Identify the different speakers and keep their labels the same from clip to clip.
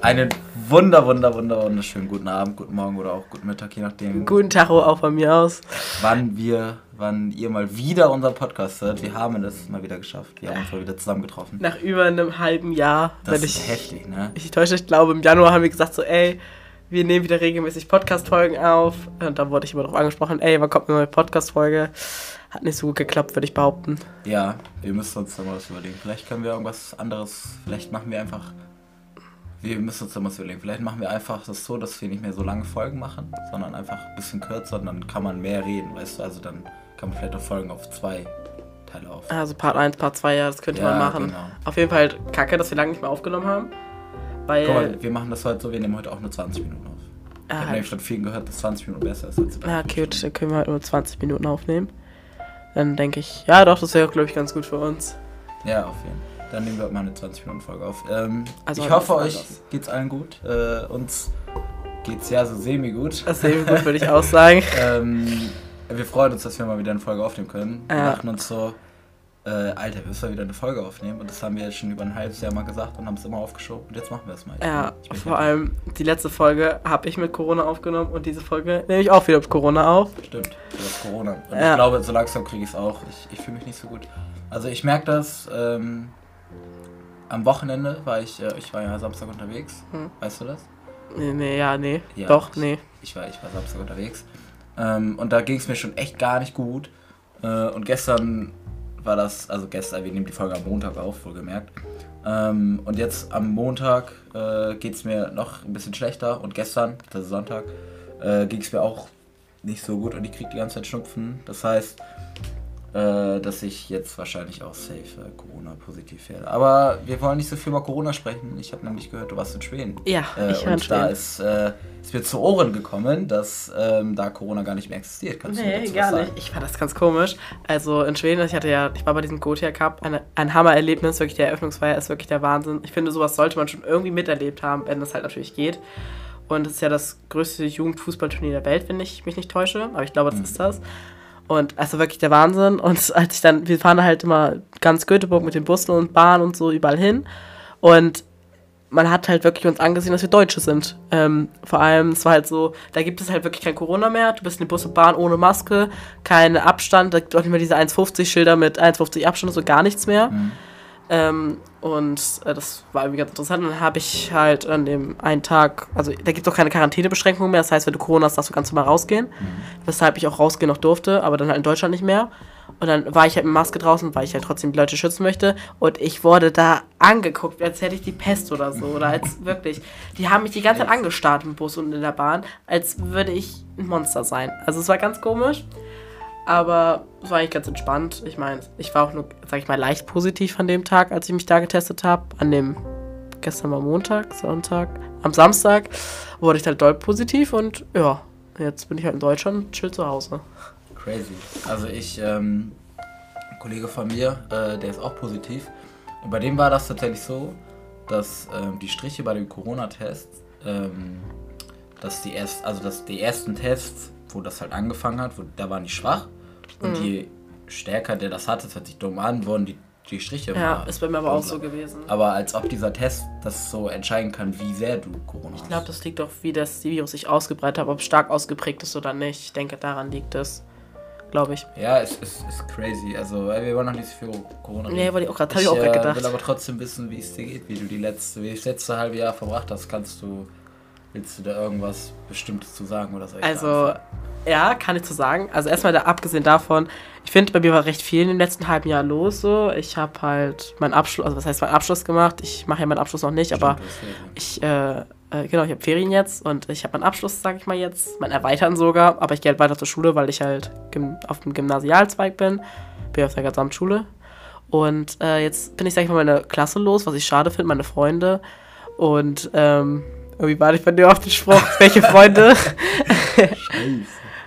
Speaker 1: Einen wunder, wunder, wunder, wunderschönen guten Abend, guten Morgen oder auch guten Mittag, je nachdem,
Speaker 2: Guten Tacho auch von mir aus.
Speaker 1: wann wir, wann ihr mal wieder unseren Podcast hört. Wir haben es mal wieder geschafft. Wir haben uns mal wieder zusammen getroffen.
Speaker 2: Nach über einem halben Jahr,
Speaker 1: Das
Speaker 2: wenn
Speaker 1: ist
Speaker 2: ich,
Speaker 1: heftig, ne?
Speaker 2: ich täusche, ich glaube, im Januar haben wir gesagt so, ey, wir nehmen wieder regelmäßig Podcast-Folgen auf. Und da wurde ich immer darauf angesprochen, ey, wann kommt eine neue Podcast-Folge? Hat nicht so gut geklappt, würde ich behaupten.
Speaker 1: Ja, wir müssen uns da mal was überlegen. Vielleicht können wir irgendwas anderes, vielleicht machen wir einfach. Wir müssen uns da mal was überlegen. Vielleicht machen wir einfach das so, dass wir nicht mehr so lange Folgen machen, sondern einfach ein bisschen kürzer und dann kann man mehr reden, weißt du? Also dann kann man vielleicht auch Folgen auf zwei Teile auf.
Speaker 2: Also Part 1, Part 2, ja, das könnte
Speaker 1: Ja,
Speaker 2: man machen.
Speaker 1: genau.
Speaker 2: Auf jeden Fall halt kacke, dass wir lange nicht mehr aufgenommen haben. Weil,
Speaker 1: Guck mal, wir machen das heute so, wir nehmen heute auch nur 20 Minuten auf. Ich habe
Speaker 2: ah,
Speaker 1: nämlich schon vielen gehört, dass 20 Minuten besser ist als
Speaker 2: na okay, gut, dann können wir halt nur 20 Minuten aufnehmen. Dann denke ich, ja doch, das wäre, glaube ich, ganz gut für uns.
Speaker 1: Ja, auf jeden Fall. Dann nehmen wir heute mal eine 20-Minuten-Folge auf. Ähm,
Speaker 2: Also
Speaker 1: ich
Speaker 2: heute
Speaker 1: hoffe,
Speaker 2: ist
Speaker 1: euch
Speaker 2: anders.
Speaker 1: geht's allen gut. Äh, uns geht's ja so semi-gut.
Speaker 2: Das sehen wir gut, Also würde ich auch sagen.
Speaker 1: Ähm, wir freuen uns, dass wir mal wieder eine Folge aufnehmen können. Wir
Speaker 2: Ja.
Speaker 1: dachten uns so, äh, Alter, wir müssen mal wieder eine Folge aufnehmen. Und das haben wir jetzt schon über ein halbes Jahr mal gesagt und haben es immer aufgeschoben. Und jetzt machen wir es mal. Ich
Speaker 2: Ja,
Speaker 1: bin- ich bin
Speaker 2: vor
Speaker 1: happy.
Speaker 2: allem die letzte Folge habe ich mit Corona aufgenommen und diese Folge nehme ich auch wieder mit Corona auf.
Speaker 1: Stimmt, du hast Corona. Und ich
Speaker 2: Ja.
Speaker 1: glaube, so langsam kriege ich es auch. Ich, ich fühle mich nicht so gut. Also ich merke das, ähm, am Wochenende war ich, äh, ich war ja Samstag unterwegs.
Speaker 2: Hm.
Speaker 1: Weißt du das?
Speaker 2: Nee, nee ja, nee.
Speaker 1: Ja.
Speaker 2: Doch, nee.
Speaker 1: Ich war, ich war Samstag unterwegs. Ähm, und da ging es mir schon echt gar nicht gut. Äh, und gestern war das, also gestern, wir nehmen die Folge am Montag auf, wohlgemerkt. Ähm, und jetzt am Montag äh, geht es mir noch ein bisschen schlechter. Und gestern, das ist Sonntag, äh, ging es mir auch nicht so gut und ich kriege die ganze Zeit Schnupfen. Das heißt, äh, dass ich jetzt wahrscheinlich auch safe äh, Corona-positiv werde. Aber wir wollen nicht so viel über Corona sprechen. Ich habe nämlich gehört, du warst in Schweden.
Speaker 2: Ja,
Speaker 1: äh,
Speaker 2: ich war in
Speaker 1: Und da
Speaker 2: Schweden.
Speaker 1: ist, äh, ist mir zu Ohren gekommen, dass ähm, da Corona gar nicht mehr existiert. Kannst du dazu was sagen?
Speaker 2: Ich fand das ganz komisch. Also in Schweden, ich hatte ja, ich war bei diesem Gothia Cup, eine, ein Hammererlebnis, wirklich die Eröffnungsfeier ist wirklich der Wahnsinn. Ich finde, sowas sollte man schon irgendwie miterlebt haben, wenn das halt natürlich geht. Und es ist ja das größte Jugendfußballturnier der Welt, wenn ich mich nicht täusche. Aber ich glaube,
Speaker 1: Mhm.
Speaker 2: das ist das. Und also wirklich der Wahnsinn. Und als ich dann, wir fahren halt immer ganz Göteborg mit den Bussen und Bahnen und so überall hin. Und man hat halt wirklich uns angesehen, dass wir Deutsche sind. Ähm, vor allem, es war halt so, da gibt es halt wirklich kein Corona mehr. Du bist in den Bus und Bahn ohne Maske, kein Abstand. Da gibt es auch nicht mehr diese 1,50-Schilder mit 1,50 Abstand, so gar nichts mehr. Ähm, und äh, das war irgendwie ganz interessant. Und dann habe ich halt an dem einen Tag, also da gibt es auch keine Quarantänebeschränkungen mehr. Das heißt, wenn du Corona hast, darfst du ganz normal rausgehen. Weshalb ich auch rausgehen noch durfte, aber dann halt in Deutschland nicht mehr. Und dann war ich halt mit Maske draußen, weil ich halt trotzdem die Leute schützen möchte. Und ich wurde da angeguckt, als hätte ich die Pest oder so. Oder als wirklich. Die haben mich die ganze Zeit angestarrt im Bus und in der Bahn, als würde ich ein Monster sein. Also es war ganz komisch. Aber es war eigentlich ganz entspannt. Ich meine, ich war auch nur, sag ich mal, leicht positiv an dem Tag, als ich mich da getestet habe. An dem, gestern war Montag, Sonntag, am Samstag wurde ich halt doll positiv und ja, jetzt bin ich halt in Deutschland und chill zu Hause.
Speaker 1: Crazy. Also ich, ähm, ein Kollege von mir, äh, der ist auch positiv. Und bei dem war das tatsächlich so, dass ähm, die Striche bei dem Corona-Test, ähm, dass die erst, also dass die ersten Tests, wo das halt angefangen hat, wo, da waren die schwach. Und
Speaker 2: Mhm.
Speaker 1: je stärker der das hatte, das hört sich dumm an, wurden die, die Striche
Speaker 2: Ja,
Speaker 1: immer
Speaker 2: ist bei mir aber auch
Speaker 1: dunkler.
Speaker 2: so gewesen.
Speaker 1: Aber als ob dieser Test das so entscheiden kann, wie sehr du Corona hast.
Speaker 2: Ich glaube, das liegt auch, wie das Virus sich ausgebreitet hat, ob es stark ausgeprägt ist oder nicht. Ich denke, daran liegt es. Glaube ich.
Speaker 1: Ja, es ist, ist crazy. Also, weil wir wollen noch nicht so viel über Corona
Speaker 2: Nee, wollte ich auch grad- hab
Speaker 1: Ich äh,
Speaker 2: ich auch grad gedacht.
Speaker 1: will aber trotzdem wissen, wie es dir geht, wie du die letzte, wie das letzte halbe Jahr verbracht hast. Kannst du, willst du da irgendwas Bestimmtes zu sagen oder soll ich da
Speaker 2: Also,
Speaker 1: anfangen?
Speaker 2: ja, kann ich so sagen. Also erstmal da, abgesehen davon, ich finde, bei mir war recht viel im letzten halben Jahr los. So. Ich habe halt meinen Abschluss, also was heißt meinen Abschluss gemacht? Ich mache ja meinen Abschluss noch nicht, aber
Speaker 1: Stimmt, das wäre-
Speaker 2: ich, äh, äh, genau, ich habe Ferien jetzt und ich habe meinen Abschluss, sage ich mal jetzt, meinen Erweitern sogar, aber ich gehe halt weiter zur Schule, weil ich halt gym- auf dem Gymnasialzweig bin, bin auf der Gesamtschule. Und äh, jetzt bin ich, sag ich mal, meine Klasse los, was ich schade finde, meine Freunde. Und ähm, irgendwie war ich bei dir auf den Spruch, welche Freunde?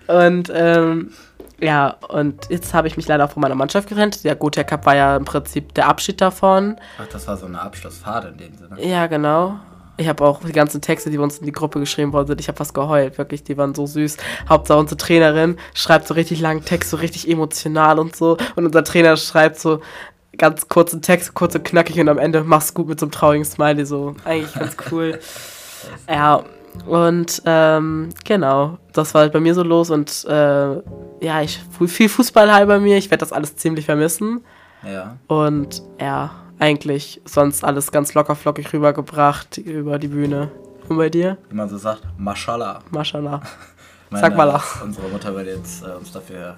Speaker 2: Und ähm, ja, und jetzt habe ich mich leider von meiner Mannschaft gerennt. Der Gothia Cup war ja im Prinzip der Abschied davon.
Speaker 1: Ach, das war so eine Abschlussfahrt in dem Sinne.
Speaker 2: Ja, genau. Ich habe auch die ganzen Texte, die bei uns in die Gruppe geschrieben worden sind, ich habe fast geheult, wirklich, die waren so süß. Hauptsache unsere Trainerin schreibt so richtig langen Text, so richtig emotional und so. Und unser Trainer schreibt so ganz kurzen Text, kurz und knackig und am Ende mach's gut mit so einem traurigen Smiley, so eigentlich ganz cool. ja, und ähm, genau, das war halt bei mir so los und äh, ja, ich viel Fußball halt bei mir, ich werde das alles ziemlich vermissen
Speaker 1: Ja.
Speaker 2: und ja, eigentlich sonst alles ganz locker flockig rübergebracht über die Bühne. Und bei dir?
Speaker 1: Wie man so sagt, Mashallah.
Speaker 2: Maschallah.
Speaker 1: Meine,
Speaker 2: Sag mal.
Speaker 1: Unsere Mutter wird jetzt äh, uns dafür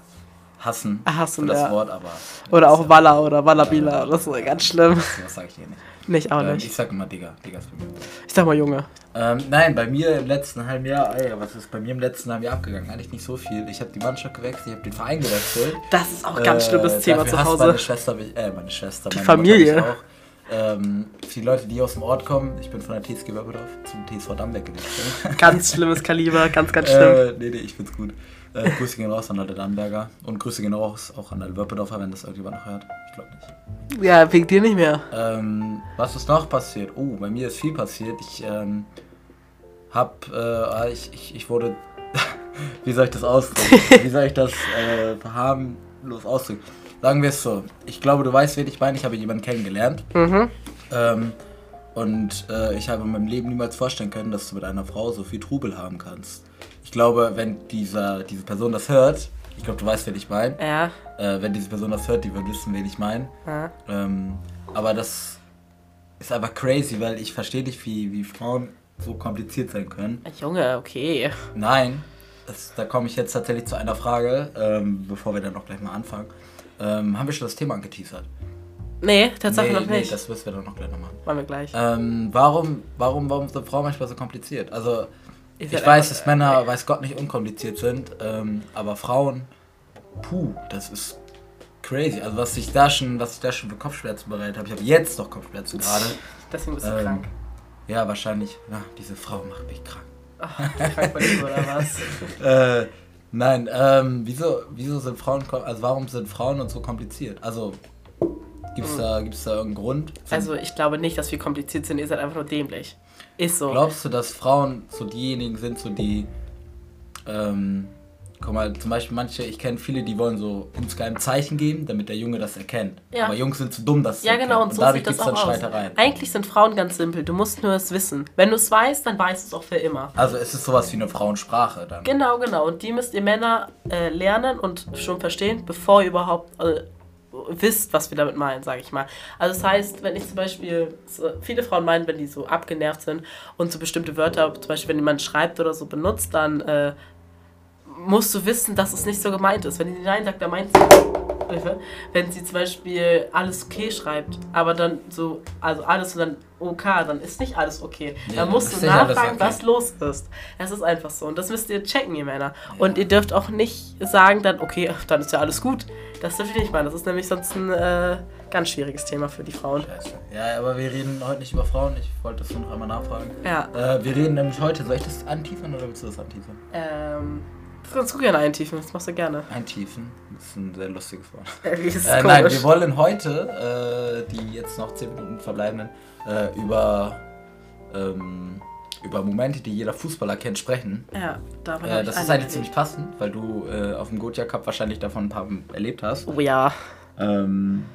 Speaker 1: hassen.
Speaker 2: Ah, hassen,
Speaker 1: für das
Speaker 2: ja.
Speaker 1: Wort, aber.
Speaker 2: Oder
Speaker 1: das
Speaker 2: auch
Speaker 1: ist
Speaker 2: Walla oder Wallabila, das ist ganz schlimm.
Speaker 1: ja- Das sag ich dir nicht.
Speaker 2: Nicht auch
Speaker 1: Ähm,
Speaker 2: nicht.
Speaker 1: ich sag immer Digga. Digga ist bei mir.
Speaker 2: Ich sag mal Junge.
Speaker 1: Ähm, nein, bei mir im letzten halben Jahr, ey, was ist bei mir im letzten halben Jahr abgegangen? Eigentlich nicht so viel. Ich habe die Mannschaft gewechselt, ich habe den Verein gewechselt.
Speaker 2: Das ist auch ganz schlimmes Thema
Speaker 1: äh, dafür
Speaker 2: zu
Speaker 1: hasst
Speaker 2: Hause.
Speaker 1: Meine Schwester, mich, äh, meine Schwester, die
Speaker 2: Familie.
Speaker 1: Mutter mich auch. Ähm, für die Leute, die aus dem Ort kommen, ich bin von der TSG Wörpedorf zum TSV Dammbeck gewechselt.
Speaker 2: Ganz schlimmes Kaliber, ganz, ganz schlimm.
Speaker 1: äh, nee, nee, ich find's gut. Äh, Grüße gehen raus an alle Dammberger und Grüße gehen raus auch an alle Wörpedorfer, wenn das irgendjemand noch hört. Ich glaube nicht.
Speaker 2: Ja, wegen dir nicht mehr.
Speaker 1: Ähm, was ist noch passiert? Oh, bei mir ist viel passiert. Ich ähm, hab, äh, ah, ich, ich, ich wurde, wie soll ich das ausdrücken? Wie soll ich das äh, harmlos ausdrücken? Sagen wir es so. Ich glaube, du weißt, wen ich meine. Ich habe jemanden kennengelernt.
Speaker 2: Mhm.
Speaker 1: Ähm, und äh, ich habe in meinem Leben niemals vorstellen können, dass du mit einer Frau so viel Trubel haben kannst. Ich glaube, wenn dieser, diese Person das hört, ich glaube, du weißt, wen ich meine.
Speaker 2: Ja.
Speaker 1: Äh, wenn diese Person das hört, die wird wissen, wen ich meine.
Speaker 2: ja.
Speaker 1: Ähm, aber das ist einfach crazy, weil ich verstehe nicht, wie, wie Frauen so kompliziert sein können.
Speaker 2: Junge, okay.
Speaker 1: Nein, das, da komme ich jetzt tatsächlich zu einer Frage, ähm, bevor wir dann auch gleich mal anfangen. Ähm, haben wir schon das Thema angeteasert?
Speaker 2: Nee, Tatsache
Speaker 1: Nee,
Speaker 2: noch
Speaker 1: nee,
Speaker 2: nicht.
Speaker 1: das müssen wir dann noch gleich noch machen.
Speaker 2: Machen wir gleich.
Speaker 1: Ähm, warum, warum, warum sind Frauen manchmal so kompliziert? Also,
Speaker 2: Ist
Speaker 1: ich
Speaker 2: halt
Speaker 1: weiß,
Speaker 2: einfach-
Speaker 1: dass Männer, weiß Gott, nicht unkompliziert sind, ähm, aber Frauen, puh, das ist crazy. Also, was ich da schon, was ich da schon für Kopfschmerzen bereit habe, ich habe jetzt noch Kopfschmerzen gerade.
Speaker 2: Deswegen bist du
Speaker 1: ähm,
Speaker 2: krank.
Speaker 1: Ja, wahrscheinlich. Na, diese Frau macht mich krank.
Speaker 2: Krank bei dir oder was?
Speaker 1: Äh, nein, ähm, wieso, wieso sind Frauen, kom- also warum sind Frauen uns so kompliziert? Also, gibt's da, gibt's da irgendeinen Grund? Sind,
Speaker 2: Also, ich glaube nicht, dass wir kompliziert sind. Ihr seid einfach nur dämlich. Ist so.
Speaker 1: glaubst du, dass Frauen so diejenigen sind, so die, ähm, guck mal, zum Beispiel manche, ich kenne viele, die wollen so insgeheim Zeichen geben, damit der Junge das erkennt.
Speaker 2: Ja.
Speaker 1: Aber Jungs sind zu dumm, das zu
Speaker 2: ja, genau,
Speaker 1: erkennen.
Speaker 2: und so
Speaker 1: dadurch
Speaker 2: sieht das
Speaker 1: gibt's
Speaker 2: auch
Speaker 1: dann
Speaker 2: aus.
Speaker 1: Streitereien.
Speaker 2: Eigentlich sind Frauen ganz simpel. Du musst nur es wissen. Wenn du es weißt, dann weißt du es auch für immer.
Speaker 1: Also, es ist sowas wie eine Frauensprache dann.
Speaker 2: Genau, genau. Und die müsst ihr Männer äh, lernen und schon verstehen, bevor ihr überhaupt äh, wisst, was wir damit meinen, sage ich mal. Also das heißt, wenn ich zum Beispiel, so, viele Frauen meinen, wenn die so abgenervt sind und so bestimmte Wörter, zum Beispiel wenn jemand schreibt oder so benutzt, dann äh, musst du wissen, dass es nicht so gemeint ist. Wenn die Nein sagt, dann meint sie... Hilfe. Wenn sie zum Beispiel alles okay schreibt, aber dann so, also alles und dann OK, dann ist nicht alles okay.
Speaker 1: Nee,
Speaker 2: dann musst
Speaker 1: ist
Speaker 2: du
Speaker 1: nicht alles
Speaker 2: nachfragen,
Speaker 1: okay.
Speaker 2: was los ist. Es ist einfach so. Und das müsst ihr checken, ihr Männer. Und ihr dürft auch nicht sagen, dann, okay, dann ist ja alles gut. Das dürft ihr nicht machen. Das ist nämlich sonst ein äh, ganz schwieriges Thema für die Frauen.
Speaker 1: Scheiße. Ja, aber wir reden heute nicht über Frauen. Ich wollte das nur noch einmal nachfragen.
Speaker 2: Ja.
Speaker 1: Äh, wir reden nämlich heute. Soll ich das antiefern oder willst du das antiefern?
Speaker 2: Ähm, das kannst du gerne eintiefen. Das machst du gerne.
Speaker 1: Eintiefen. Das ist ein sehr lustiges Wort.
Speaker 2: Das ist
Speaker 1: Äh,
Speaker 2: komisch.
Speaker 1: nein, wir wollen heute, äh, die jetzt noch 10 Minuten verbleibenden, äh, über, ähm, über Momente, die jeder Fußballer kennt, sprechen.
Speaker 2: ja, dabei hab
Speaker 1: Äh, das
Speaker 2: ich einen
Speaker 1: ist eigentlich
Speaker 2: erledigt.
Speaker 1: ziemlich passend, weil du äh, auf dem Gotia Cup wahrscheinlich davon ein paar erlebt hast.
Speaker 2: Oh ja.
Speaker 1: Ähm,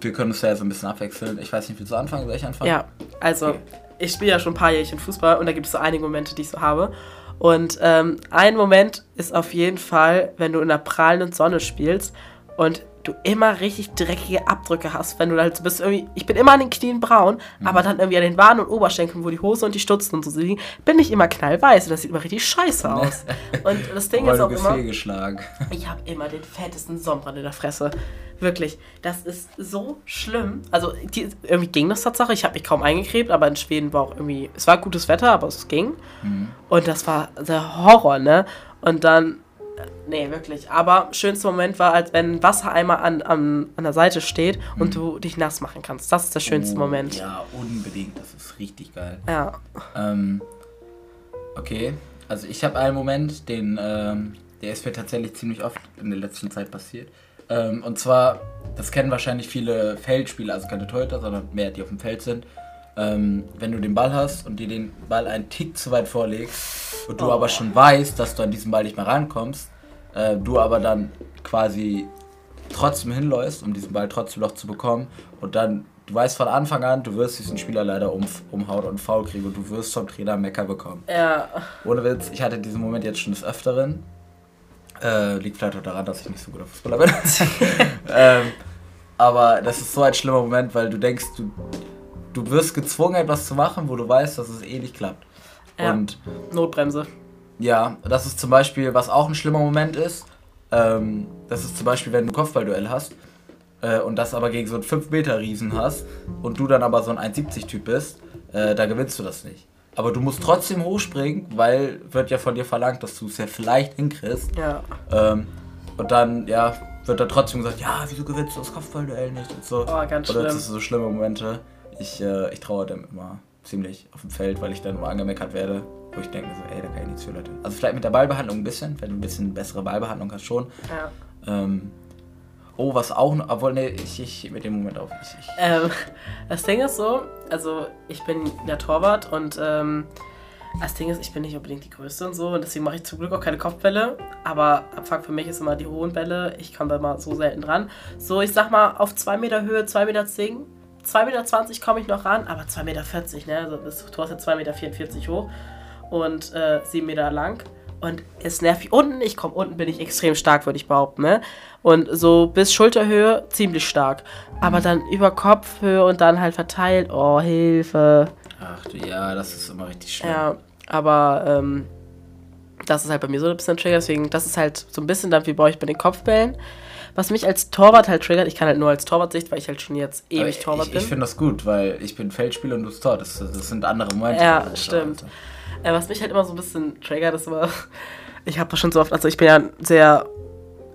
Speaker 1: wir können uns da ja so ein bisschen abwechseln. Ich weiß nicht, willst du anfangen? Soll ich anfangen?
Speaker 2: Ja, also ich spiele ja schon ein paar Jährchen Fußball und da gibt es so einige Momente, die ich so habe. Und ähm, ein Moment ist auf jeden Fall, wenn du in der prallenden Sonne spielst und du immer richtig dreckige Abdrücke hast, wenn du halt so bist irgendwie, ich bin immer an den Knien braun,
Speaker 1: Mhm.
Speaker 2: aber dann irgendwie an den Waden und Oberschenkeln, wo die Hose und die Stutzen und so liegen, bin ich immer knallweiß und das sieht immer richtig scheiße aus. und das Ding
Speaker 1: Weil
Speaker 2: ist
Speaker 1: du
Speaker 2: auch
Speaker 1: bist
Speaker 2: immer...
Speaker 1: fehlgeschlagen.
Speaker 2: Ich habe immer den fettesten Sonnenbrand in der Fresse. Wirklich. Das ist so schlimm. Also die, irgendwie ging das Tatsache. Ich habe mich kaum eingecremt, aber in Schweden war auch irgendwie. Es war gutes Wetter, aber es ging. Und das war der Horror, ne? Und dann. äh, Nee, wirklich. Aber schönster Moment war, als wenn ein Wassereimer an, an, an der Seite steht und du dich nass machen kannst. Das ist der schönste
Speaker 1: Oh,
Speaker 2: Moment. Ja.
Speaker 1: Ja, unbedingt. Das ist richtig geil. Ähm, okay, also ich habe einen Moment, den, ähm, der ist mir tatsächlich ziemlich oft in der letzten Zeit passiert. Ähm, und zwar, das kennen wahrscheinlich viele Feldspieler, also keine Torhüter, sondern mehr, die auf dem Feld sind. Ähm, wenn du den Ball hast und dir den Ball einen Tick zu weit vorlegst und du
Speaker 2: Oh.
Speaker 1: aber schon weißt, dass du an diesem Ball nicht mehr rankommst, äh, du aber dann quasi trotzdem hinläufst, um diesen Ball trotzdem noch zu bekommen und dann, du weißt von Anfang an, du wirst diesen Spieler leider um, umhauen und faul kriegen und du wirst vom Trainer einen Mecker bekommen.
Speaker 2: Ja.
Speaker 1: Ohne Witz, ich hatte diesen Moment jetzt schon des Öfteren. Äh, liegt vielleicht auch daran, dass ich nicht so guter Fußballer bin. ähm, aber das ist so ein schlimmer Moment, weil du denkst, du, du wirst gezwungen, etwas zu machen, wo du weißt, dass es eh nicht klappt.
Speaker 2: Ja.
Speaker 1: Und
Speaker 2: Notbremse.
Speaker 1: ja, das ist zum Beispiel, was auch ein schlimmer Moment ist, ähm, das ist zum Beispiel, wenn du ein Kopfballduell hast äh, und das aber gegen so einen 5-Meter-Riesen hast und du dann aber so ein 1,70-Typ bist, äh, da gewinnst du das nicht. Aber du musst trotzdem hochspringen, weil wird ja von dir verlangt, dass du es ja vielleicht hinkriegst.
Speaker 2: Ja.
Speaker 1: Ähm, und dann, ja, wird da trotzdem gesagt, ja, wieso gewinnst du das Kopfballduell nicht und so.
Speaker 2: Oh, ganz
Speaker 1: Oder das
Speaker 2: schlimm.
Speaker 1: sind so schlimme Momente. Ich, äh, ich traue dem immer ziemlich auf dem Feld, weil ich dann immer angemeckert werde, wo ich denke so, ey, da kann ich nichts für Leute. Also vielleicht mit der Ballbehandlung ein bisschen, wenn du ein bisschen bessere Ballbehandlung hast schon.
Speaker 2: ja.
Speaker 1: Ähm, oh, was auch noch, obwohl, nee, ich, ich mit dem Moment auf. Ich, ich,
Speaker 2: Ähm, das Ding ist so, also ich bin ja Torwart und ähm, das Ding ist, ich bin nicht unbedingt die Größte und so und deswegen mache ich zum Glück auch keine Kopfbälle. Aber Abfuck für mich ist immer die hohen Bälle. Ich komme da immer so selten dran. So, ich sag mal, auf 2 Meter Höhe, 2 Meter 10, 2 Meter 20 komme ich noch ran, aber 2 Meter 40, ne? Also das Tor ist ja 2 Meter 44 hoch und äh, 7 Meter lang. Und es nervt mich unten. Ich komme unten, bin ich extrem stark, würde ich behaupten. Ne? Und so bis Schulterhöhe ziemlich stark. Aber dann über Kopfhöhe und dann halt verteilt. Oh, Hilfe.
Speaker 1: ach du, ja, das ist immer richtig schlimm.
Speaker 2: Ja, aber ähm, das ist halt bei mir so ein bisschen ein Trigger. Deswegen, das ist halt so ein bisschen dann wie bei euch bei den Kopfbällen. Was mich als Torwart halt triggert, ich kann halt nur als Torwart sicht, weil ich halt schon jetzt
Speaker 1: Aber
Speaker 2: ewig Torwart
Speaker 1: ich,
Speaker 2: bin.
Speaker 1: ich finde das gut, weil ich bin Feldspieler und du bist Tor. Das, das sind andere Momente.
Speaker 2: Ja,
Speaker 1: Also,
Speaker 2: stimmt. Äh, was mich halt immer so ein bisschen triggert, ist immer, ich habe schon so oft, also ich bin ja ein sehr,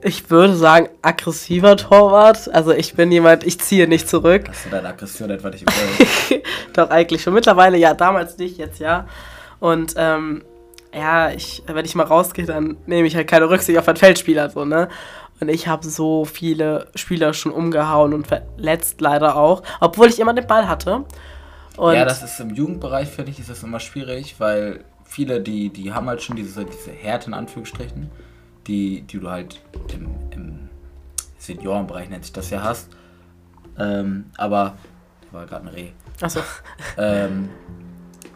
Speaker 2: ich würde sagen, aggressiver Torwart. Also ich bin jemand, ich ziehe nicht zurück.
Speaker 1: Hast du deine Aggression etwa nicht überwunden?
Speaker 2: Doch eigentlich schon mittlerweile, ja, damals nicht, jetzt ja. Und ähm, ja, ich, wenn ich mal rausgehe, dann nehme ich halt keine Rücksicht auf den Feldspieler, so, ne? Und ich habe so viele Spieler schon umgehauen und verletzt leider auch, obwohl ich immer den Ball hatte. Und
Speaker 1: ja, das ist im Jugendbereich, finde ich, ist das immer schwierig, weil viele, die, die haben halt schon diese, diese Härte in Anführungsstrichen, die, die du halt im, im Seniorenbereich nennt sich das ja hast. Ähm, aber, da war gerade ein Reh.
Speaker 2: achso,
Speaker 1: Ähm,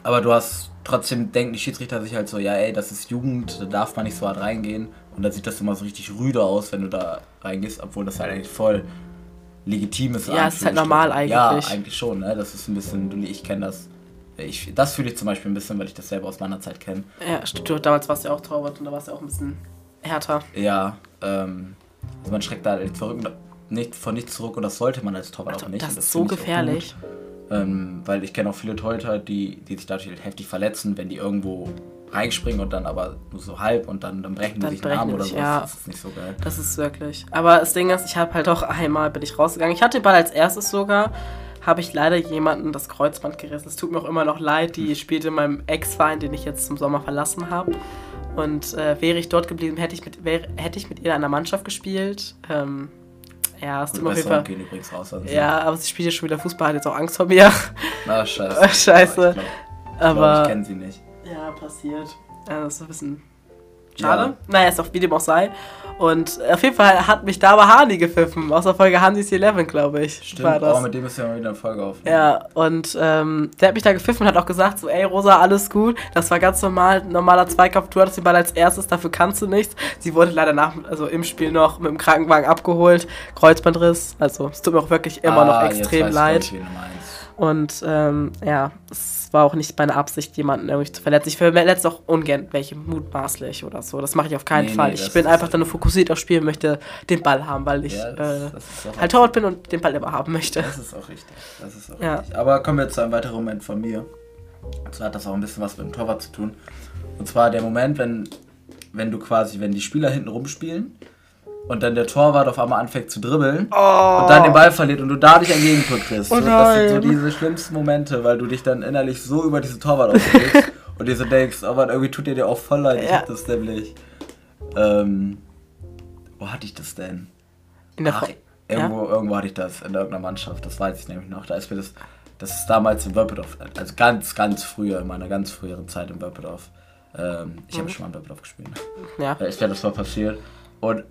Speaker 1: aber du hast trotzdem, denken die Schiedsrichter sich halt so, ja ey, das ist Jugend, da darf man nicht so hart reingehen. Und dann sieht das immer so richtig rüde aus, wenn du da reingehst, obwohl das halt eigentlich voll legitim ist. in
Speaker 2: Ja, es ist halt normal
Speaker 1: Anführungsstrichen. Ja,
Speaker 2: eigentlich.
Speaker 1: eigentlich schon, ne? Das ist ein bisschen, ich kenne das. Ich, das fühle ich zum Beispiel ein bisschen, weil ich das selber aus meiner Zeit kenne.
Speaker 2: ja, stimmt, du- damals warst du ja auch Torwart und da warst du auch ein bisschen härter.
Speaker 1: Ja, ähm, also man schreckt da halt zurück, nicht, von nichts zurück und das sollte man als Torwart auch nicht.
Speaker 2: Also das
Speaker 1: Und
Speaker 2: ist so
Speaker 1: finde ich auch gut.
Speaker 2: gefährlich.
Speaker 1: Ähm, weil ich kenne auch viele Torhüter, die, die sich dadurch halt heftig verletzen, wenn die irgendwo reinspringen und dann aber nur so halb und dann, dann brechen
Speaker 2: Dann
Speaker 1: die sich den
Speaker 2: brechen
Speaker 1: Arm
Speaker 2: die
Speaker 1: oder
Speaker 2: sich,
Speaker 1: so.
Speaker 2: ja.
Speaker 1: Das ist nicht so geil.
Speaker 2: Das ist wirklich. Aber das Ding ist, ich habe halt auch einmal bin ich rausgegangen. Ich hatte den Ball als erstes sogar, habe ich leider jemanden das Kreuzband gerissen. Es tut mir auch immer noch leid.
Speaker 1: Hm.
Speaker 2: Die spielte in meinem Ex-Verein, den ich jetzt zum Sommer verlassen habe. Und äh, wäre ich dort geblieben, hätte ich mit, wäre, hätte ich mit ihr in einer Mannschaft gespielt. Ähm, ja, es tut mir auf jeden Fall.
Speaker 1: gehen übrigens raus. Also
Speaker 2: Ja, aber sie spielt ja schon wieder Fußball, hat jetzt auch Angst vor mir.
Speaker 1: Ah, scheiße.
Speaker 2: Ah, scheiße.
Speaker 1: Aber ich glaub, ich, glaub, ich
Speaker 2: Aber
Speaker 1: kenne sie nicht.
Speaker 2: ja, passiert. Ja, das ist ein bisschen Schade.
Speaker 1: Ja.
Speaker 2: Naja, ist auch wie dem auch sei. Und auf jeden Fall hat mich da aber Hani gepfiffen. Aus der Folge Hansis 11, glaube ich.
Speaker 1: Stimmt, oh, mit dem ist ja mal wieder eine Folge auf. ne?
Speaker 2: ja, und ähm, der hat mich da gepfiffen und hat auch gesagt, so, ey Rosa, alles gut. Das war ganz normal, normaler Zweikampf. Du hattest den Ball als erstes, dafür kannst du nichts. Sie wurde leider nach, also im Spiel noch mit dem Krankenwagen abgeholt. Kreuzbandriss. Also es tut mir auch wirklich immer
Speaker 1: Ah,
Speaker 2: noch
Speaker 1: jetzt
Speaker 2: extrem
Speaker 1: weiß ich,
Speaker 2: leid.
Speaker 1: glaub ich, wen du meinst.
Speaker 2: Und ähm, ja, es war auch nicht meine Absicht, jemanden irgendwie zu verletzen. Ich verletze auch ungern welche mutmaßlich oder so. Das mache ich auf keinen
Speaker 1: Nee,
Speaker 2: Fall.
Speaker 1: nee,
Speaker 2: ich
Speaker 1: das
Speaker 2: bin
Speaker 1: ist- halt
Speaker 2: einfach dann nur fokussiert aufs Spiel und möchte den Ball haben, weil ich
Speaker 1: Ja,
Speaker 2: äh,
Speaker 1: das, das ist auch
Speaker 2: halt Torwart bin und den Ball immer haben möchte.
Speaker 1: Das ist auch richtig. Das ist auch
Speaker 2: Ja.
Speaker 1: richtig. Aber kommen wir zu einem weiteren Moment von mir. Und zwar hat das auch ein bisschen was mit dem Torwart zu tun. Und zwar der Moment, wenn, wenn du quasi, wenn die Spieler hinten rumspielen und dann der Torwart auf einmal anfängt zu dribbeln und dann den Ball verliert und du dadurch ein Gegentor kriegst.
Speaker 2: Oh
Speaker 1: So, das sind so
Speaker 2: nein.
Speaker 1: diese schlimmsten Momente, weil du dich dann innerlich so über diesen Torwart aufregst und dir so denkst, oh Mann, irgendwie tut dir der auch voll leid. Ich
Speaker 2: Ja.
Speaker 1: hab das nämlich. Ähm, wo hatte ich das denn?
Speaker 2: In der
Speaker 1: Ach,
Speaker 2: Fo-
Speaker 1: irgendwo, irgendwo hatte ich das in irgendeiner Mannschaft, das weiß ich nämlich noch. Da ist mir das, das ist damals in Wörpedorf, also ganz, ganz früher, in meiner ganz früheren Zeit in Wörpedorf.
Speaker 2: Mhm.
Speaker 1: Ähm, ich habe schon mal in Wörpedorf gespielt.
Speaker 2: ja.
Speaker 1: Da ist mir das mal passiert. Und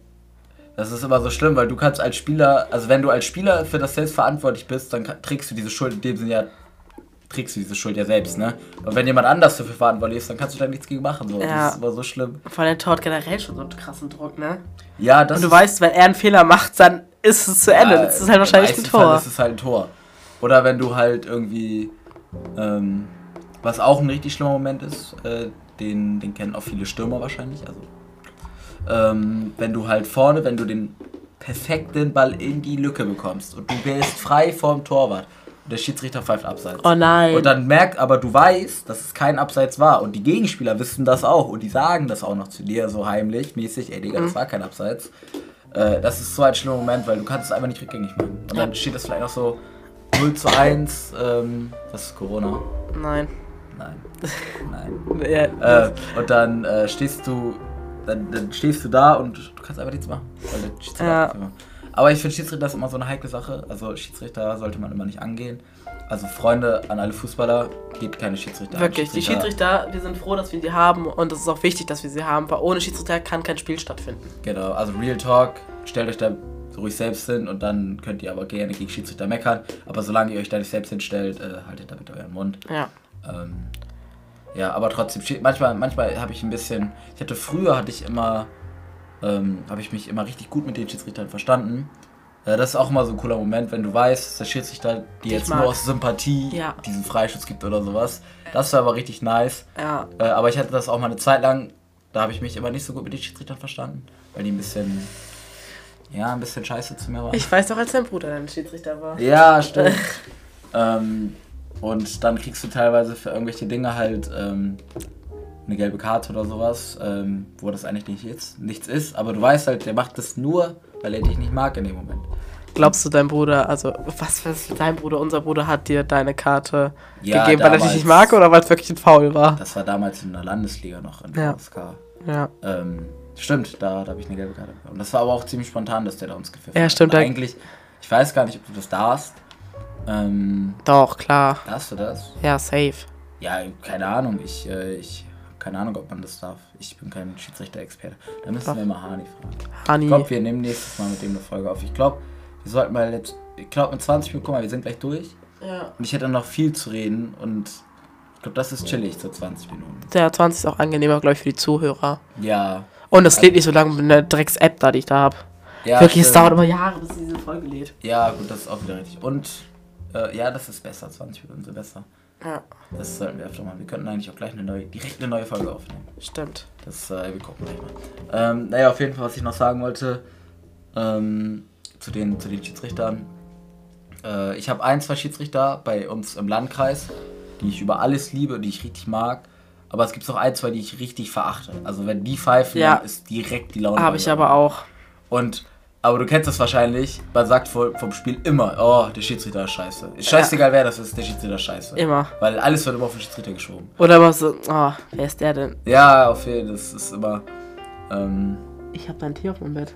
Speaker 1: Das ist immer so schlimm, weil du kannst als Spieler, also wenn du als Spieler für das selbst verantwortlich bist, dann kann- trägst du diese Schuld in dem Sinne ja, trägst du diese Schuld ja selbst, ne? Und wenn jemand anders dafür verantwortlich ist, dann kannst du da nichts gegen machen. So.
Speaker 2: Ja.
Speaker 1: Das ist immer so schlimm.
Speaker 2: Vor allem Todd generell schon so einen krassen Druck, ne?
Speaker 1: Ja, das
Speaker 2: Und du
Speaker 1: ist-
Speaker 2: weißt, wenn er einen Fehler macht, dann ist es zu Ende.
Speaker 1: Ja,
Speaker 2: das ist halt
Speaker 1: im
Speaker 2: wahrscheinlich ein
Speaker 1: meisten Fall
Speaker 2: Tor.
Speaker 1: ist es halt ein Tor. Oder wenn du halt irgendwie, ähm, was auch ein richtig schlimmer Moment ist, äh, den, den kennen auch viele Stürmer wahrscheinlich. Also, ähm, wenn du halt vorne, wenn du den perfekten Ball in die Lücke bekommst und du wärst frei vorm Torwart und der Schiedsrichter pfeift abseits.
Speaker 2: Oh nein.
Speaker 1: Und dann merkt aber, du weißt, dass es kein Abseits war. Und die Gegenspieler wissen das auch. Und die sagen das auch noch zu dir, so heimlich, mäßig. Ey,
Speaker 2: Mhm.
Speaker 1: Digga, das war kein Abseits. Äh, das ist so ein schlimmer Moment, weil du kannst es einfach nicht rückgängig machen. Und dann
Speaker 2: Ja.
Speaker 1: steht das vielleicht noch so 0 zu 1. Ähm, das ist Corona.
Speaker 2: nein.
Speaker 1: Nein. Nein.
Speaker 2: Ja,
Speaker 1: Äh, und dann äh, stehst du, dann, dann stehst du da und du kannst einfach nichts machen. Weil der Schiedsrichter
Speaker 2: Ja.
Speaker 1: hat nichts gemacht. Aber ich finde Schiedsrichter ist immer so eine heikle Sache. Also Schiedsrichter sollte man immer nicht angehen. Also Freunde an alle Fußballer, geht keine Schiedsrichter an.
Speaker 2: wirklich. Die Schiedsrichter, wir sind froh, dass wir sie haben und es ist auch wichtig, dass wir sie haben, weil ohne Schiedsrichter kann kein Spiel stattfinden.
Speaker 1: Genau, also Real Talk, stellt euch da ruhig selbst hin und dann könnt ihr aber gerne gegen Schiedsrichter meckern. Aber solange ihr euch da nicht selbst hinstellt, äh, haltet da bitte euren Mund.
Speaker 2: Ja.
Speaker 1: Ähm, ja, aber trotzdem, steht- manchmal, manchmal habe ich ein bisschen, ich hatte früher, hatte ich immer, ähm, habe ich mich immer richtig gut mit den Schiedsrichtern verstanden. Äh, das ist auch immer so ein cooler Moment, wenn du weißt, dass der Schiedsrichter dir jetzt
Speaker 2: mag.
Speaker 1: nur aus Sympathie
Speaker 2: Ja.
Speaker 1: diesen Freischuss gibt oder sowas. Das war aber richtig nice.
Speaker 2: Ja.
Speaker 1: Äh, aber ich hatte das auch mal eine Zeit lang, da habe ich mich immer nicht so gut mit den Schiedsrichtern verstanden, weil die ein bisschen, ja, ein bisschen scheiße zu mir waren.
Speaker 2: Ich weiß noch, als dein Bruder dann Schiedsrichter war.
Speaker 1: Ja, stimmt. ähm, und dann kriegst du teilweise für irgendwelche Dinge halt ähm, eine gelbe Karte oder sowas, ähm, wo das eigentlich nicht jetzt nichts ist, aber du weißt halt, der macht das nur, weil er dich nicht mag in dem Moment.
Speaker 2: Glaubst du, dein Bruder, also was, was dein Bruder, unser Bruder hat dir deine Karte
Speaker 1: Ja,
Speaker 2: gegeben, weil er dich
Speaker 1: damals.
Speaker 2: nicht mag oder weil es wirklich ein Foul war?
Speaker 1: Das war damals in der Landesliga noch in
Speaker 2: Ja.
Speaker 1: der SK.
Speaker 2: Ja.
Speaker 1: Ähm, stimmt, da, da habe ich eine gelbe Karte bekommen. Das war aber auch ziemlich spontan, dass der da uns gepfiffen
Speaker 2: Ja,
Speaker 1: hat. Und
Speaker 2: stimmt, da-
Speaker 1: Eigentlich, ich weiß gar nicht, ob du das darfst. Ähm,
Speaker 2: Doch, klar.
Speaker 1: darfst du das?
Speaker 2: Ja, safe.
Speaker 1: Ja, keine Ahnung. Ich, äh, ich hab keine Ahnung, ob man das darf. Ich bin kein Schiedsrichter-Experte. Da müssen
Speaker 2: Doch.
Speaker 1: wir mal Hani fragen.
Speaker 2: Honey.
Speaker 1: Ich glaube, wir nehmen nächstes Mal mit dem eine Folge auf. Ich glaube, wir sollten mal jetzt. Ich glaube, mit 20 Minuten, guck mal, wir sind gleich durch.
Speaker 2: Ja.
Speaker 1: Und ich hätte noch viel zu reden. Und ich glaube, das ist chillig, so 20 Minuten.
Speaker 2: Der 20 ist auch angenehmer, glaube ich, für die Zuhörer.
Speaker 1: Ja.
Speaker 2: Und es lädt nicht so lange mit einer Drecks-App da, die ich da habe.
Speaker 1: ja
Speaker 2: Wirklich, es
Speaker 1: stimmt.
Speaker 2: dauert immer Jahre, bis diese Folge lädt.
Speaker 1: Ja, gut, das ist auch wieder richtig. Und äh, ja, das ist besser. 20 Minuten sind besser.
Speaker 2: Ja,
Speaker 1: Das sollten wir öfter machen. Wir könnten eigentlich auch gleich eine neue, direkt eine neue Folge aufnehmen.
Speaker 2: stimmt.
Speaker 1: Das, äh, wir gucken gleich mal. Ähm, naja, auf jeden Fall, was ich noch sagen wollte, ähm, zu den, zu den Schiedsrichtern. Äh, ich habe ein, zwei Schiedsrichter bei uns im Landkreis, die ich über alles liebe, die ich richtig mag. Aber es gibt auch ein, zwei, die ich richtig verachte. Also wenn die pfeifen,
Speaker 2: Ja.
Speaker 1: dann ist direkt die Laune.
Speaker 2: Habe
Speaker 1: bei
Speaker 2: ich
Speaker 1: mir.
Speaker 2: aber auch.
Speaker 1: Und, aber du kennst das wahrscheinlich, man sagt vor, vom Spiel immer, oh, der Schiedsrichter ist scheiße. Ist scheißegal, wer das ist, der Schiedsrichter ist scheiße.
Speaker 2: Immer.
Speaker 1: Weil alles wird immer auf den Schiedsrichter geschoben.
Speaker 2: Oder immer so, oh, wer ist der denn?
Speaker 1: Ja, auf jeden Fall, das ist immer. Ähm,
Speaker 2: Ich habe da ein Tier auf meinem Bett.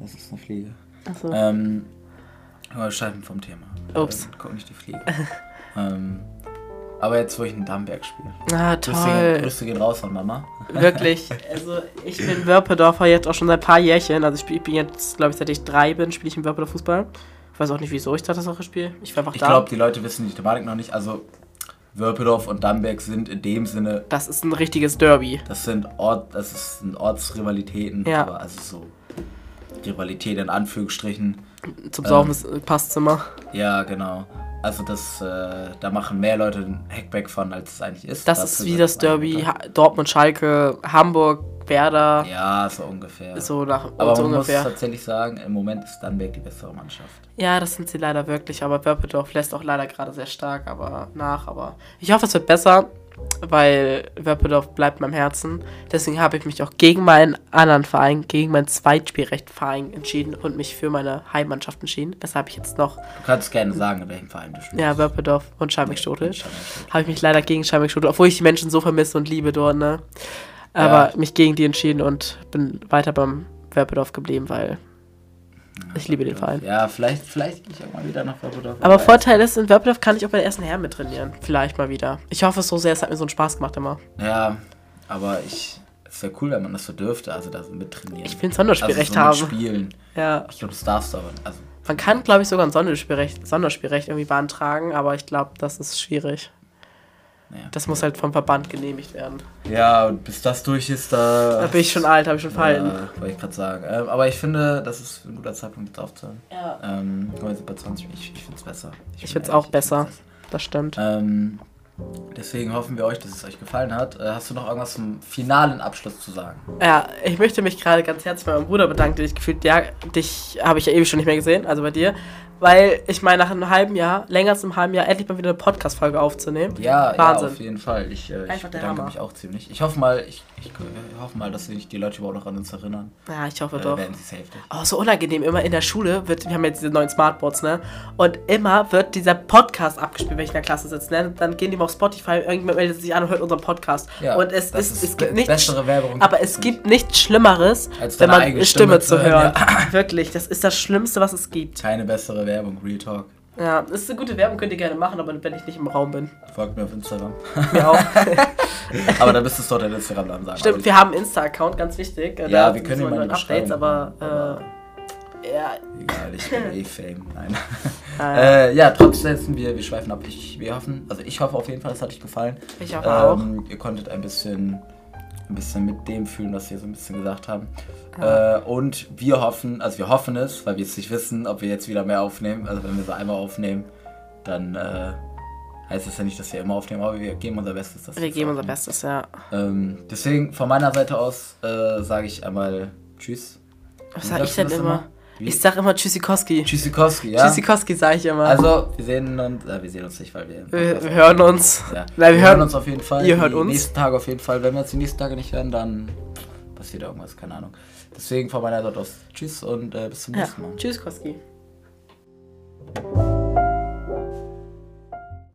Speaker 1: das ist eine Fliege.
Speaker 2: Achso.
Speaker 1: Ähm, aber scheiden vom Thema.
Speaker 2: Ups.
Speaker 1: Ähm, guck nicht die Fliege. ähm, aber jetzt, wo ich in Damberg spiele.
Speaker 2: ah,
Speaker 1: Grüße gehen,
Speaker 2: toll.
Speaker 1: Grüße gehen raus an Mama.
Speaker 2: Wirklich. Also, ich bin Wörpedorfer jetzt auch schon seit ein paar Jährchen. Also, ich spiel- ich bin jetzt, glaube ich, seit ich drei bin, spiele ich im Wörpedorf Fußball. Ich weiß auch nicht, wieso ich da das auch spiele. Ich war einfach
Speaker 1: Ich
Speaker 2: da.
Speaker 1: glaube, die Leute wissen die Thematik noch nicht. Also, Wörpedorf und Damberg sind in dem Sinne,
Speaker 2: das ist ein richtiges Derby.
Speaker 1: das sind Ort, das ist sind Ortsrivalitäten.
Speaker 2: Ja.
Speaker 1: Aber also so Rivalität in Anführungsstrichen.
Speaker 2: Zum
Speaker 1: Ähm,
Speaker 2: Saufen ist äh, passt's immer.
Speaker 1: Ja, genau. Also das, äh, da machen mehr Leute einen Hackback von, als es eigentlich ist.
Speaker 2: Das
Speaker 1: Dazu
Speaker 2: ist wie
Speaker 1: sagt
Speaker 2: das
Speaker 1: man
Speaker 2: Derby
Speaker 1: Hackback.
Speaker 2: Ha- Dortmund, Schalke, Hamburg, Werder.
Speaker 1: Ja, so ungefähr.
Speaker 2: So nach
Speaker 1: aber
Speaker 2: so
Speaker 1: man muss
Speaker 2: ungefähr.
Speaker 1: tatsächlich sagen, im Moment ist Dunberg die bessere Mannschaft.
Speaker 2: Ja, das sind sie leider wirklich, aber Wörpedorf lässt auch leider gerade sehr stark aber nach. Aber ich hoffe, es wird besser, weil Wörpedorf bleibt meinem Herzen. Deswegen habe ich mich auch gegen meinen anderen Verein, gegen meinen Zweitspielrechtverein entschieden und mich für meine Heimmannschaft entschieden. Weshalb ich jetzt noch,
Speaker 1: Du kannst gerne sagen, in welchem Verein du spielst.
Speaker 2: ja, Wörpedorf und Schalmich-Stotel.
Speaker 1: Schalmich-Stotel.
Speaker 2: Habe ich mich leider gegen Schalmich-Stotel, obwohl ich die Menschen so vermisse und liebe dort, ne? Aber
Speaker 1: Ja.
Speaker 2: mich gegen die entschieden und bin weiter beim Wörpedorf geblieben, weil ich liebe den Verein.
Speaker 1: Ja, vielleicht, vielleicht gehe ich auch mal wieder nach Wörpedorf.
Speaker 2: Aber Vorteil ist, in Wörpdorf kann ich auch bei den ersten Herren mit trainieren. Vielleicht mal wieder. Ich hoffe es so sehr, es hat mir so einen Spaß gemacht immer.
Speaker 1: Ja, aber ich. Es wäre cool, wenn man das so dürfte, also da so mittrainieren.
Speaker 2: Ich will ein Sonderspielrecht
Speaker 1: also so
Speaker 2: haben.
Speaker 1: Spielen.
Speaker 2: Ja.
Speaker 1: Ich glaube, das darfst du aber. Also,
Speaker 2: Man kann, glaube ich, sogar ein Sonderspielrecht, Sonderspielrecht irgendwie beantragen, aber ich glaube, das ist schwierig.
Speaker 1: naja.
Speaker 2: Das muss halt vom Verband genehmigt werden.
Speaker 1: Ja, und bis das durch ist, da.
Speaker 2: Da bin ich schon alt, habe ich schon verhalten.
Speaker 1: Ja, wollte ich gerade sagen. Ähm, aber ich finde, das ist ein guter Zeitpunkt, jetzt aufzuhören.
Speaker 2: Ja.
Speaker 1: Ähm, guck mal, wir sind bei 20. Ich, ich finde es besser.
Speaker 2: Ich
Speaker 1: bin
Speaker 2: find's
Speaker 1: ehrlich,
Speaker 2: auch
Speaker 1: ich
Speaker 2: besser.
Speaker 1: find's
Speaker 2: Das stimmt.
Speaker 1: Ähm, deswegen hoffen wir euch, dass es euch gefallen hat. Äh, hast du noch irgendwas zum finalen Abschluss zu sagen?
Speaker 2: Ja, ich möchte mich gerade ganz herzlich bei meinem Bruder bedanken, den ich gefühlt, ja, dich habe ich ja ewig schon nicht mehr gesehen, also bei dir. Weil ich meine, nach einem halben Jahr, länger als einem halben Jahr, endlich mal wieder eine Podcast-Folge aufzunehmen.
Speaker 1: Ja,
Speaker 2: Wahnsinn.
Speaker 1: ja auf jeden Fall. Ich, äh, ich
Speaker 2: Einfach der
Speaker 1: bedanke
Speaker 2: Hammer.
Speaker 1: mich auch ziemlich. Ich hoffe mal, ich, ich, äh, hoffe mal, dass sich die Leute überhaupt noch an uns erinnern.
Speaker 2: Ja, ich hoffe
Speaker 1: Äh,
Speaker 2: doch.
Speaker 1: werden sie safe nicht.
Speaker 2: Oh, so unangenehm. Immer in der Schule wird, wir haben jetzt diese neuen Smartboards, ne? Und immer wird dieser Podcast abgespielt, wenn ich in der Klasse sitze, ne? Dann gehen die mal auf Spotify, irgendjemand meldet sich an und hört unseren Podcast.
Speaker 1: Ja,
Speaker 2: und es,
Speaker 1: das
Speaker 2: ist,
Speaker 1: ist
Speaker 2: es
Speaker 1: be-
Speaker 2: gibt nichts.
Speaker 1: bessere Werbung
Speaker 2: aber
Speaker 1: gibt's
Speaker 2: es gibt nichts Schlimmeres,
Speaker 1: Als
Speaker 2: wenn
Speaker 1: deine
Speaker 2: man eine
Speaker 1: eigene
Speaker 2: Stimme,
Speaker 1: Stimme
Speaker 2: zu
Speaker 1: zu
Speaker 2: hören.
Speaker 1: hören,
Speaker 2: Wirklich, das ist das Schlimmste, was es gibt.
Speaker 1: Keine bessere Werbung, Real Talk.
Speaker 2: Ja, das ist eine gute Werbung, könnt ihr gerne machen, aber wenn ich nicht im Raum bin.
Speaker 1: Folgt mir auf Instagram.
Speaker 2: Mir auch.
Speaker 1: aber dann bist du es doch dein Instagram-Namen sagen.
Speaker 2: Stimmt, wir haben einen Insta-Account, ganz wichtig. Äh,
Speaker 1: Ja,
Speaker 2: da
Speaker 1: wir können
Speaker 2: sind
Speaker 1: ihn mal in die
Speaker 2: Updates,
Speaker 1: Beschreibung
Speaker 2: aber
Speaker 1: machen,
Speaker 2: äh, ja,
Speaker 1: Aber egal, ich bin eh Fame. Nein.
Speaker 2: äh,
Speaker 1: Äh, ja, trotzdem, wir, wir schweifen ab. Ich, wir hoffen, also ich hoffe auf jeden Fall, es hat euch gefallen.
Speaker 2: ich hoffe auch.
Speaker 1: Ähm, Ihr konntet ein bisschen, ein bisschen mit dem fühlen, was wir so ein bisschen gesagt haben. Äh, und wir hoffen, also wir hoffen es, weil wir jetzt nicht wissen, ob wir jetzt wieder mehr aufnehmen. Also wenn wir so einmal aufnehmen, dann äh, heißt es ja nicht, dass wir immer aufnehmen, aber wir geben unser Bestes. Dass
Speaker 2: Wir
Speaker 1: wir's
Speaker 2: geben unser
Speaker 1: aufnehmen.
Speaker 2: Bestes, ja.
Speaker 1: Ähm, deswegen von meiner Seite aus äh, sage ich einmal Tschüss.
Speaker 2: Was
Speaker 1: Wie
Speaker 2: sag ich
Speaker 1: sagst du
Speaker 2: denn
Speaker 1: das
Speaker 2: immer?
Speaker 1: Wie?
Speaker 2: Ich sag immer Tschüssikowski.
Speaker 1: Tschüssikowski, ja?
Speaker 2: Tschüssikowski sag ich immer.
Speaker 1: Also, wir sehen uns, äh, wir sehen uns nicht, weil wir... im
Speaker 2: wir,
Speaker 1: Podcast
Speaker 2: wir hören uns.
Speaker 1: Ja.
Speaker 2: Nein, wir, hören
Speaker 1: uns auf jeden Fall.
Speaker 2: Ihr hört
Speaker 1: die
Speaker 2: uns.
Speaker 1: nächsten Tage auf jeden Fall. Wenn wir uns die nächsten Tage nicht hören, dann passiert irgendwas, keine Ahnung. Deswegen von meiner Seite aus Tschüss und äh, bis zum
Speaker 2: Ja.
Speaker 1: nächsten Mal.
Speaker 2: Tschüssikowski.